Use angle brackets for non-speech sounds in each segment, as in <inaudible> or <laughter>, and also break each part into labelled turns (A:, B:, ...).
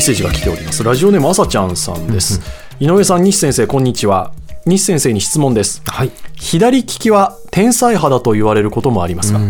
A: セージが来ておりますラジオネームあさちゃんさんです、井上さん西先生こんにちは西先生に質問です
B: はい。
A: 左利きは天才派だと言われることもありますが、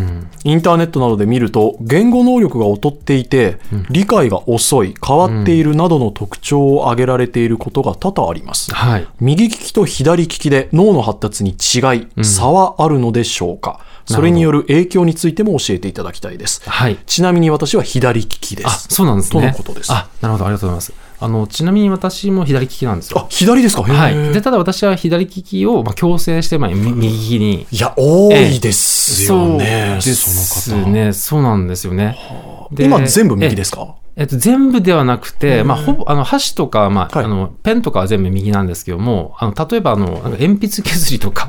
A: インターネットなどで見ると言語能力が劣っていて、理解が遅い変わっているなどの特徴を挙げられていることが多々あります、
B: はい。
A: 右利きと左利きで脳の発達に違い、差はあるのでしょうかそれによる影響についても教えていただきたいです、
B: はい。
A: ちなみに私は左利きで
B: あ、
A: す
B: そうなんですね。
A: とのことです
B: あ、なるほど、ありがとうございます。あの、ちなみに私も左利きなんです
A: あ
B: よ。
A: 左ですかへー
B: はい。で、ただ私は左利きを、まあ、強制して、まあ、み右利きに。
A: いや多いですよね、
B: そうですね。そうなんですよね。で
A: 今全部右ですか
B: えっと、全部ではなくて、まあ、ほぼ、あの、箸とか、まあ、
A: はい
B: あの、ペンとかは全部右なんですけども、あの、例えば、あの、なんか鉛筆削りとか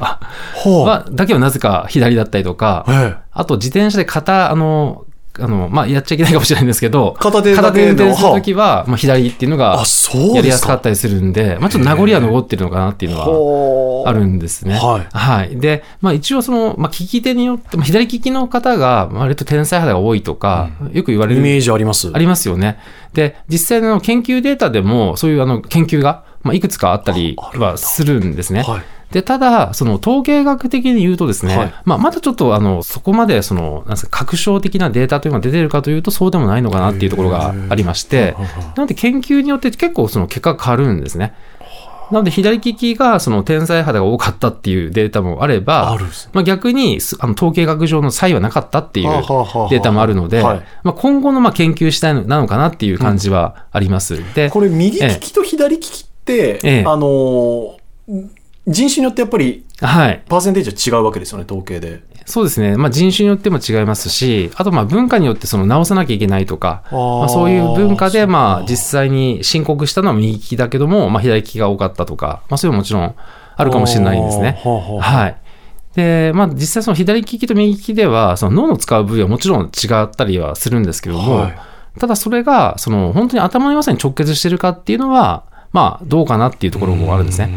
A: は
B: は、だけはなぜか左だったりとか
A: あ、ええ
B: あと、自転車で片、あの、あの、まあ、やっちゃいけないかもしれないんですけど、
A: 片手だけの
B: 片手運転するときは、まあ、左っていうのが
A: あ、そう
B: やり
A: で
B: や
A: す
B: すかっ
A: か。
B: たりするんで、まあ、ちょっと名残は残ってるのかなっていうのは、
A: ほう
B: あるんですね。
A: はい
B: で、まあ一応その、まあ利き手によって、まあ左利きの方が割と天才肌が多いとか、よく言われ
A: イ
B: る、
A: メージあります。
B: ありますよね。で、実際の研究データでも、そういうあの研究が、まあいくつかあったり
A: ああるんだ
B: はするんですね。
A: はい。
B: で、ただ、その統計学的に言うとですね、
A: はい
B: まあまだちょっとあの、そこまでその、なんですか、確証的なデータというのが出てるかというと、そうでもないのかなっていうところがありまして、なので研究によって結構その結果が変わるんですね。なので左利きがその天才肌が多かったっていうデータもあれば、
A: あるんですね
B: まあ逆にすあの統計学上の差異はなかったっていう
A: はあはあはあはあ
B: データもあるので、
A: はい
B: まあ今後のまあ研究次第なのかなっていう感じはあります。で、
A: これ、右利きと左利きって、
B: ええ
A: あのー人種によってやっぱり、
B: はい。
A: パーセンテージは違うわけですよね、統計で。
B: そうですね、まあ、人種によっても違いますし、あとまあ文化によってその直さなきゃいけないとか、
A: あー
B: まあ、そういう文化
A: そ
B: で
A: うか
B: まあ実際に申告したのは右利きだけども、まあ、左利きが多かったとか、まあ、そういうのももちろんあるかもしれないですね
A: あ。ーはあはあ
B: はいでまあ、実際、その左利きと右利きではその脳の使う部位はもちろん違ったりはするんですけども、
A: はい
B: ただそれがその本当に頭の良さに直結してるかっていうのは、まあ、どうかなっていうところもあるんですね。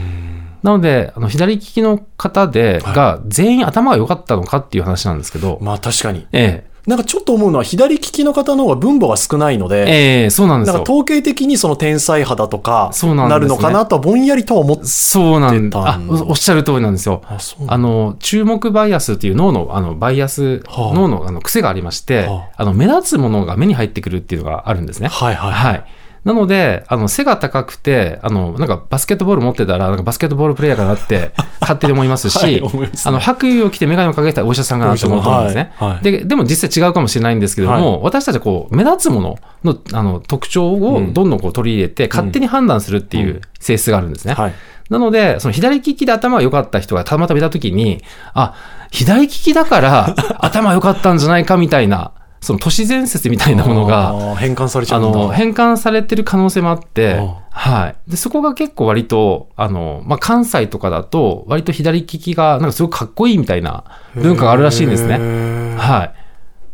B: なので、あの左利きの方で、が全員頭が良かったのかっていう話なんですけど、
A: まあ確かに。
B: え
A: なんかちょっと思うのは、左利きの方の方が分母が少ないの
B: え、
A: で、
B: ええ、そうなんです
A: なんか
B: よ。
A: 統計的にその天才肌とか、
B: そうなんですね
A: るのかなとはぼんやりとは思って、
B: そうなん
A: 出た
B: あ、おおっしゃる通りなんですよ。
A: あ、そう
B: あの、注目バイアスっていう脳の、あの、バイアス、
A: はあ
B: 脳のあの癖がありまして、
A: は
B: あの、目立つものが目に入ってくるっていうのがあるんですね。
A: はいはい。
B: はい。なので、あの、背が高くて、あの、なんかバスケットボール持ってたら、なんかバスケットボールプレイヤーかな
A: <laughs>
B: って、勝手に思いますし、
A: はい思います
B: あの、白衣を着て眼鏡をかけたお医者さんかなと思うと思うんですね、
A: はいはい
B: で。でも実際違うかもしれないんですけども、私たちはこう、目立つものの、あの、特徴をどんどんこう取り入れて、勝手に判断するっていう性質があるんですね。
A: はい。
B: なので、その左利きで頭が良かった人がたまたまいたときに、あ、左利き
A: <laughs>
B: だから頭良かったんじゃないかみたいな、その都市伝説みたいなものが、
A: あー変換されちゃ
B: あ
A: うんだ。
B: の、変換されてる可能性もあって
A: あ、
B: はい。で、そこが結構割と、あの、まあ、関西とかだと、割と左利きが、なんかすごくかっこいいみたいな文化があるらしいんです
A: へ
B: ね。
A: ー
B: はい。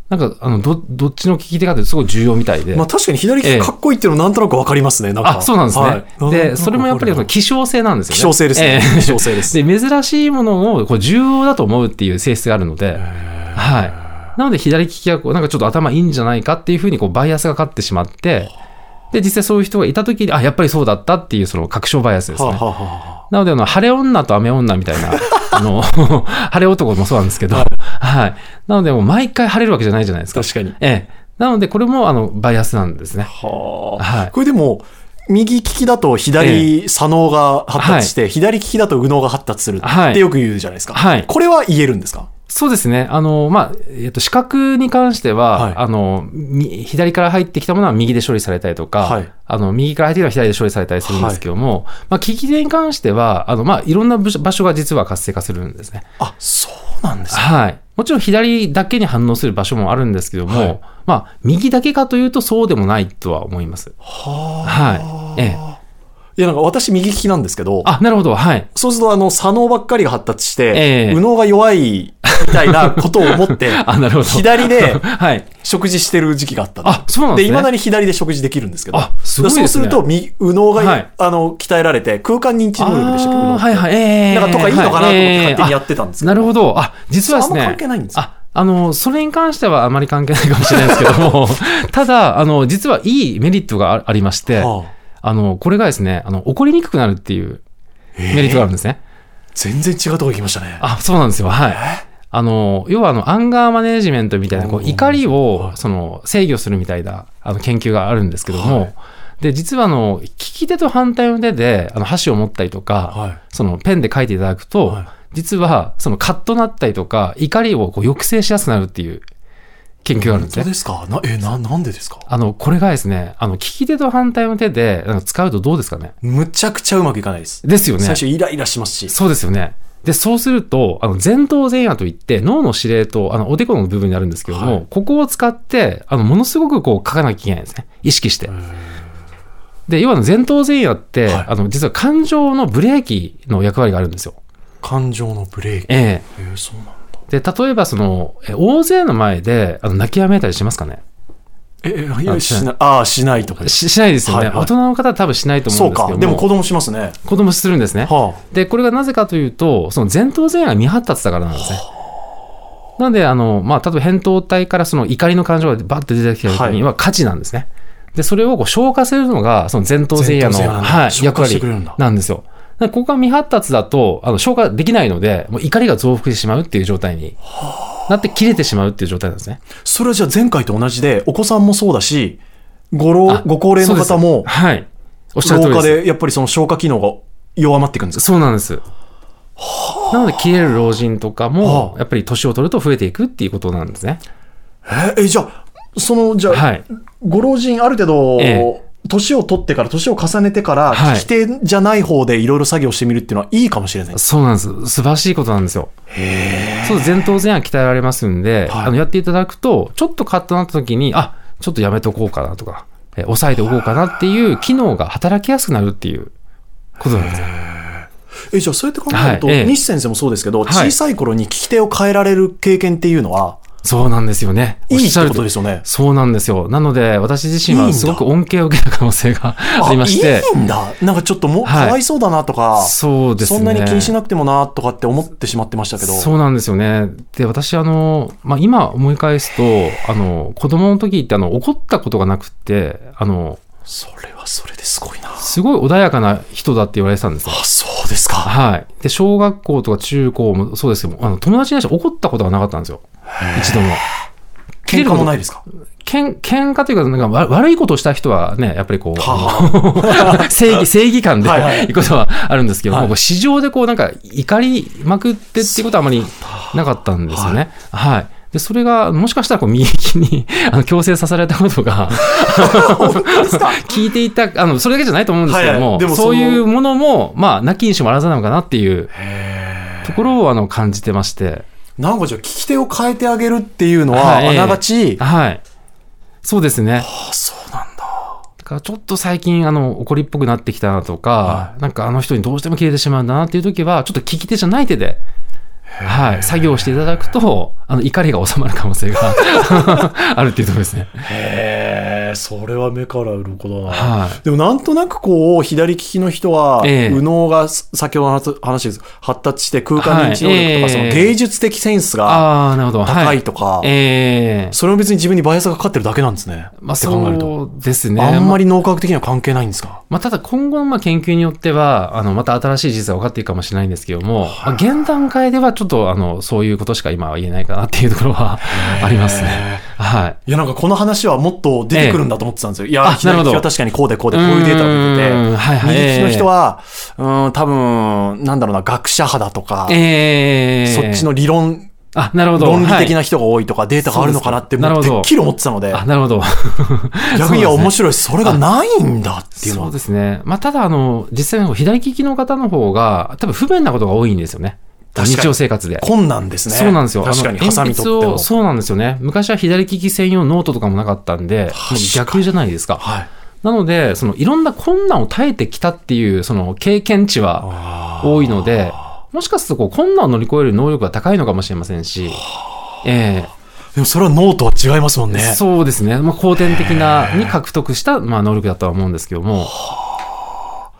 B: なんか、あの、ど、どっちの利き手かってすごい重要みたいで。
A: まあ確かに左利
B: え
A: き
B: え
A: かっこいいっていうのなんとなくわかりますね。なんか
B: あ、そうなんですね。
A: はい
B: で、それもやっぱりその
A: 希
B: 希少性なんですよね。
A: 少性ですね
B: ええ。
A: 希少性です。
B: <laughs> で、珍しいものをこう重要だと思うっていう性質があるので、はい。なので、左利きがこう、なんかちょっと頭いいんじゃないかっていうふうに、こう、バイアスがかかってしまって、で、実際そういう人がいたときに、あ、やっぱりそうだったっていう、その、確証バイアスです
A: はあ
B: ね。
A: はあは
B: なので、あの、晴れ女と雨女みたい
A: <laughs>
B: な、あの、 <laughs> 晴れ男もそうなんですけど、はい。なので、もう毎回晴れるわけじゃないじゃないです
A: あ
B: か。
A: 確かに。
B: ええ。なので、これも、あの、バイアスなんですね。
A: はあ
B: はい
A: これでも、右利きだと左左脳が発達して、左利きだと右脳が発達する
B: はい
A: ってよく言うじゃないですか。
B: はい
A: これは言えるんですか
B: そうですね。あの、まあ、えっと、視覚に関しては、
A: はい
B: あの、み左から入ってきたものは右で処理されたりとか、
A: はい
B: あの、右から入ってきたものは左で処理されたりするんですけども、まあ、利き手に関しては、あの、まあ、いろんな部署場所が実は活性化するんですね。
A: あ、そうなんですか。
B: はい。もちろん左だけに反応する場所もあるんですけども、
A: はい
B: まあ、右だけかというとそうでもないとは思います。
A: はあ。
B: はい。ええ。
A: いや、なんか私右利きなんですけど、
B: あ、なるほど。はい。
A: そうすると、あの、左脳ばっかりが発達して、
B: ええ
A: 右脳が弱いみたいなことを思って、
B: <laughs> あ、なるほど。
A: 左で
B: <laughs> はい。
A: 食事してる時期があったんです
B: あ、そうなん
A: で、
B: です
A: い
B: ね。
A: まだに左で食事できるんですけど。
B: あすごいですね
A: だからそうすると、み右脳が、
B: はい
A: あの、鍛えられて、空間認知能力でしたっけど、
B: あーはいはい。ええ
A: なんかとかいいのかなと思って
B: ええ
A: 勝手にやってたんですけど。
B: なるほど。あ、実はですね。
A: そうあんま関係ないんですよ
B: ああの、それに関してはあまり関係ないかもしれないですけど
A: <laughs>
B: も、ただ、あの、実はいいメリットがあありまして、
A: はあ
B: あの、これがですね、あの、起こりにくくなるっていうメリットがあるんですね。
A: 全然違うとこ行きましたね。
B: あ、そうなんですよ。はい。あの、要はあの、アンガーマネージメントみたいな、こ
A: お
B: う、
A: ー
B: 怒りを
A: は、い
B: その、制御するみたいな、あの、研究があるんですけども、
A: はい
B: で、実はあの、利き手と反対の手で、あの、箸を持ったりとか、
A: はい
B: その、ペンで書いていただくと、
A: はい
B: 実は、その、カッとなったりとか、怒りをこう抑制しやすくなるっていう研究があるんです
A: 本当
B: ね。
A: ですかなえな、なんでですか
B: あの、これがですね、あの、利き手と反対の手で、なんか使うとどうですかね
A: むちゃくちゃうまくいかないです。
B: ですよね。
A: 最初イライラしますし。
B: そうですよね。で、そうすると、あの、前頭前野といって、脳の指令と、あの、おでこの部分になるんですけども、
A: はい
B: ここを使って、あの、ものすごくこう、書かなきゃいけないんですね。意識して。で、要はあの前頭前野って、
A: はい
B: あの、実は感情のブレーキの役割があるんですよ。
A: 感情のブレーキ。
B: え
A: えーそうなんだ。
B: えで、例えばその、え大勢の前で、あの、泣きやめたりしますかね
A: えー、いや
B: あ
A: しない。ああ、しないとかです。
B: ししないですよね、
A: はいはい
B: 大人の方は多分しないと思
A: そううん
B: ですけど
A: か。
B: も。
A: でも子供しますね。
B: 子供するんですね。
A: は
B: で、これがなぜかというと、その前頭前野が未発達だからなんですね。なので、あの、まあ、例えば扁桃体からその怒りの感情がバッて出てきた時には価値なんですね。で、それをこう消化するのが、その前頭前野の
A: 前頭前野なんだ
B: はい、
A: 消
B: 役
A: 化して
B: 割
A: くれるんだ
B: なんですよ。だからここが未発達だと、あの消化できないので、もう怒りが増幅してしまうっていう状態になって切れてしまうっていう状態なんですね。
A: あ。それはじゃあ前回と同じで、お子さんもそうだし、ご老
B: あ
A: ご高齢の
B: そう
A: 方
B: です
A: も、
B: はい。おっしゃる通
A: 老
B: りで
A: 化
B: す。
A: でやっぱりその消化機能が弱まっていくんですか
B: そうなんです。なので、切れる老人とかも
A: は、あ
B: やっぱり年を取ると増えていくっていうことなんですね。
A: えーえーじゃあ、その、じゃあ、
B: はい。
A: ご老人ある程度、
B: ええ
A: 年を取ってから、年を重ねてから、
B: はい
A: 利き手じゃない方でいろいろ作業してみるっていうのはいいかもしれないです。
B: そうなんです。素晴らしいことなんですよ。そう、前頭前野鍛えられますんで、
A: はい
B: あの、やっていただくと、ちょっとカッとなった時に、あ、ちょっとやめとこうかなとか、え抑えておこうかなっていう機能が働きやすくなるっていうことなんですよ。
A: えじゃあ、そうやって考えると、
B: はいええ
A: 西先生もそうですけど、
B: はい
A: 小さい頃に利き手を変えられる経験っていうのは、
B: そうなんですよね。
A: いい
B: お
A: っ
B: し
A: て
B: ゃる
A: こと
B: と
A: ですよね。
B: そうなんですよ。なので、私自身
A: いいん
B: は
A: だ
B: すごく恩恵を受けた可能性
A: <laughs>
B: がありまして。
A: いいんだ。なんかちょっともう、
B: はい
A: かわいそうだなとか、
B: そうですね。
A: そんなに気にしなくてもなとかって思ってしまってましたけど。
B: そうなんですよね。で、私、あの、まあ、今思い返すと、あの、子供の時って、あの、怒ったことがなくって、あの、
A: それはそれですごいな。あ、
B: すごい穏やかな人だって言われてたんですよ。
A: そうですか。
B: はい。で、小学校とか中高もそうですけども、あの、友達に対して怒ったことがなかったんですよ。一度も。。
A: 喧嘩もないいですか
B: 喧喧嘩というか、なんかわ悪いことをした人はね、やっぱりこう、
A: は
B: あの正義、正義感で
A: はいはい
B: 行くことはあるんですけども、
A: はい
B: こう市場でこうなんか怒りまくってっていうことはあまりなかったんですよね。はい。で、それが、もしかしたらこう右利きにあの強制させられたことが、 <laughs> 聞いていた、あの、それだけじゃないと思うんですけども、
A: はいはいでもその
B: そういうものも、まあ、なきにしもあらずなのかなっていうところをあの感じてまして、
A: なんかじゃあ、利き手を変えてあげるっていうのは、
B: はい
A: あながち、
B: はい。そうですね。
A: あ、そうなんだ。
B: だからちょっと最近、あの、怒りっぽくなってきたなとか、
A: は
B: なんかあの人にどうしても切れてしまうんだなっていう時は、ちょっと利き手じゃない手で、はい、作業していただくと、あの、怒りが収まる可能性が <laughs> あるっていうところですね。
A: へえ、それは目から鱗だな。
B: はい。
A: でもなんとなくこう、左利きの人は、
B: ええ
A: 右脳がす先ほどの話話です。発達して空間認知能力とか、
B: はい
A: その
B: ええ
A: 芸術的センスが
B: ああ、なるほど。はい。
A: 高いとか、
B: ええ
A: それも別に自分にバイアスがかかってるだけなんですね。
B: まあ、
A: って考えると。
B: そうですね。
A: あんまり脳科学的には関係ないんですか
B: まあ、ただ今後のまあ研究によっては、あの、また新しい事実が分かっていくかもしれないんですけども、まあ、現段階ではちょっと、あの、そういうことしか今は言えないかなっていうところはありますね。はい。
A: いや、なんかこの話はもっと出てくるんだと思ってたんですよ。いや、左
B: あ
A: 利き
B: なる
A: は
B: ほど
A: 確かにこうでこうで、こういうデータが
B: うー
A: 出
B: ん
A: て
B: はい
A: て、
B: はい
A: 右利きの人は、うーん、多分、なんだろうな、学者派だとか、
B: ええ
A: そっちの理論、
B: あ、なるほど。
A: 論理的
B: は
A: な人が多いとか、データがあるのかなって、
B: そうで
A: も
B: すか
A: う
B: なる
A: て
B: ほ
A: っ
B: ど
A: きり思ってたので
B: い。、あ、なるほど。
A: <laughs> 逆にいや
B: そうですね
A: 面白いです。それがないんだっていうの
B: そ
A: は
B: う。ですね。まあ、ただ、あの、実際の左利きの方の方が、多分不便なことが多いんですよね。
A: 確かに
B: 日常生活で。
A: 困難ですね。
B: そうなんですよ。
A: 確かに、
B: あの
A: ハサミ取って
B: 鉛筆
A: も
B: を。そうなんですよね。昔は左利き専用ノートとかもなかったんで、
A: かに
B: 逆じゃないですか。
A: はい。
B: なので、そのいろんな困難を耐えてきたっていう、その経験値は
A: あ
B: 多いので、もしかするとこう困難を乗り越える能力が高いのかもしれませんし、え
A: ーでもそれはノートは違いますもん
B: え
A: ね。
B: そうですね。まあ、後天的な、に獲得した、まあ、能力だとは思うんですけども。は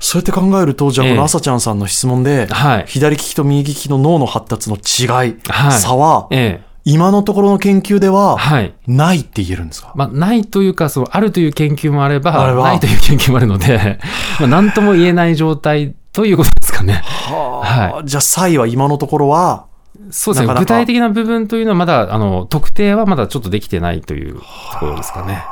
A: そうやって考えると、じゃあ
B: ええ
A: この朝ちゃんさんの質問で
B: い。、はい。
A: 左利きと右利きの脳の発達の違い、
B: はい
A: 差は、
B: ええ
A: 今のところの研究では、
B: はい。
A: ないって言えるんですか、
B: まあ、ないというか、その、あるという研究もあれば、
A: あれば
B: ないという研究もある
A: <laughs>
B: ので、まあ、なんとも言えない状態ということですかね。
A: はあ、じゃあ、サイは今のところは、
B: そうですね。
A: なかな
B: 具
A: か
B: 体的な部分というのは、まだ、あの、特定はまだちょっとできてないというところですかね。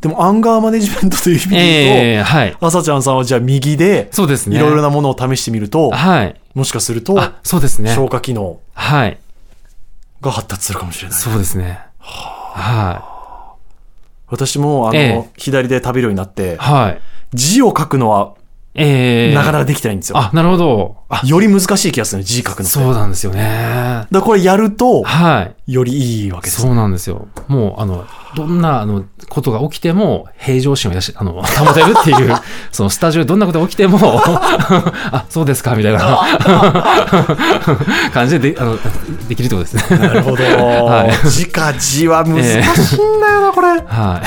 A: でもアンガーマネジメントという意味で言う
B: ええはい。
A: と、朝ちゃんさんはじゃあ右で、
B: そうですね。
A: いろいろなものを試してみると、
B: はい。
A: もしかすると、
B: あ、そうですね。
A: 消化機能
B: はい。
A: が発達するかもしれない。
B: そうですね。は
A: 私も、あの、
B: え
A: 左で食べるようになって
B: い。、はい。
A: 字を書くのは、
B: ええ
A: なかなかできてないんですよ。
B: あ、なるほど。あ、
A: より難しい気がするね字書くのって。
B: そうなんですよね。
A: だからこれやると、
B: はい。
A: よりいいわけです。
B: そうなんですよ。もう、あの、どんな、あの、ことが起きても、平常心をやし、あの、保てるって
A: <laughs>
B: いう、その、スタジオでどんなことが起きても、 <laughs> あ、そうですか、
A: <laughs>
B: みたいな感じでで、あの、できるってことですね。
A: なるほど。
B: い
A: 字か字は難しいんだよな、これ。
B: は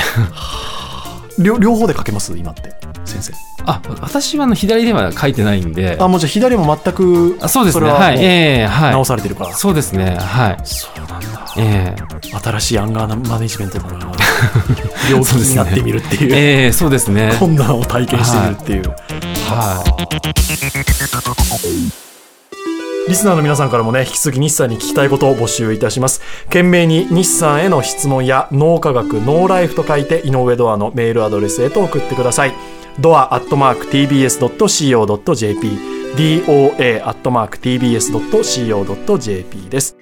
B: い。
A: 両両方で書けます今って、先生。
B: あ、私は、あの、左では書いてないんで、
A: あ、もうじゃあ左も全く、
B: あそうです
A: れ
B: ね。
A: は
B: はい。
A: も
B: ええ
A: う
B: はい。
A: 直されてるから。
B: そうですね。はい。
A: そうなんだ。
B: え
A: 新しいアンガーマネジメントだな。病気になってみるって
B: え
A: いう。
B: ええそうですね。
A: 困難を体験してみるっていう、
B: は
A: リスナーの皆さんからもね引き続き日産に聞きたいことを募集いたします懸命に日産への質問や脳科学ノーライフと書いて井上ドアのメールアドレスへと送ってくださいドアアットマーク TBS.CO.JP doa アットマーク TBS.CO.JP です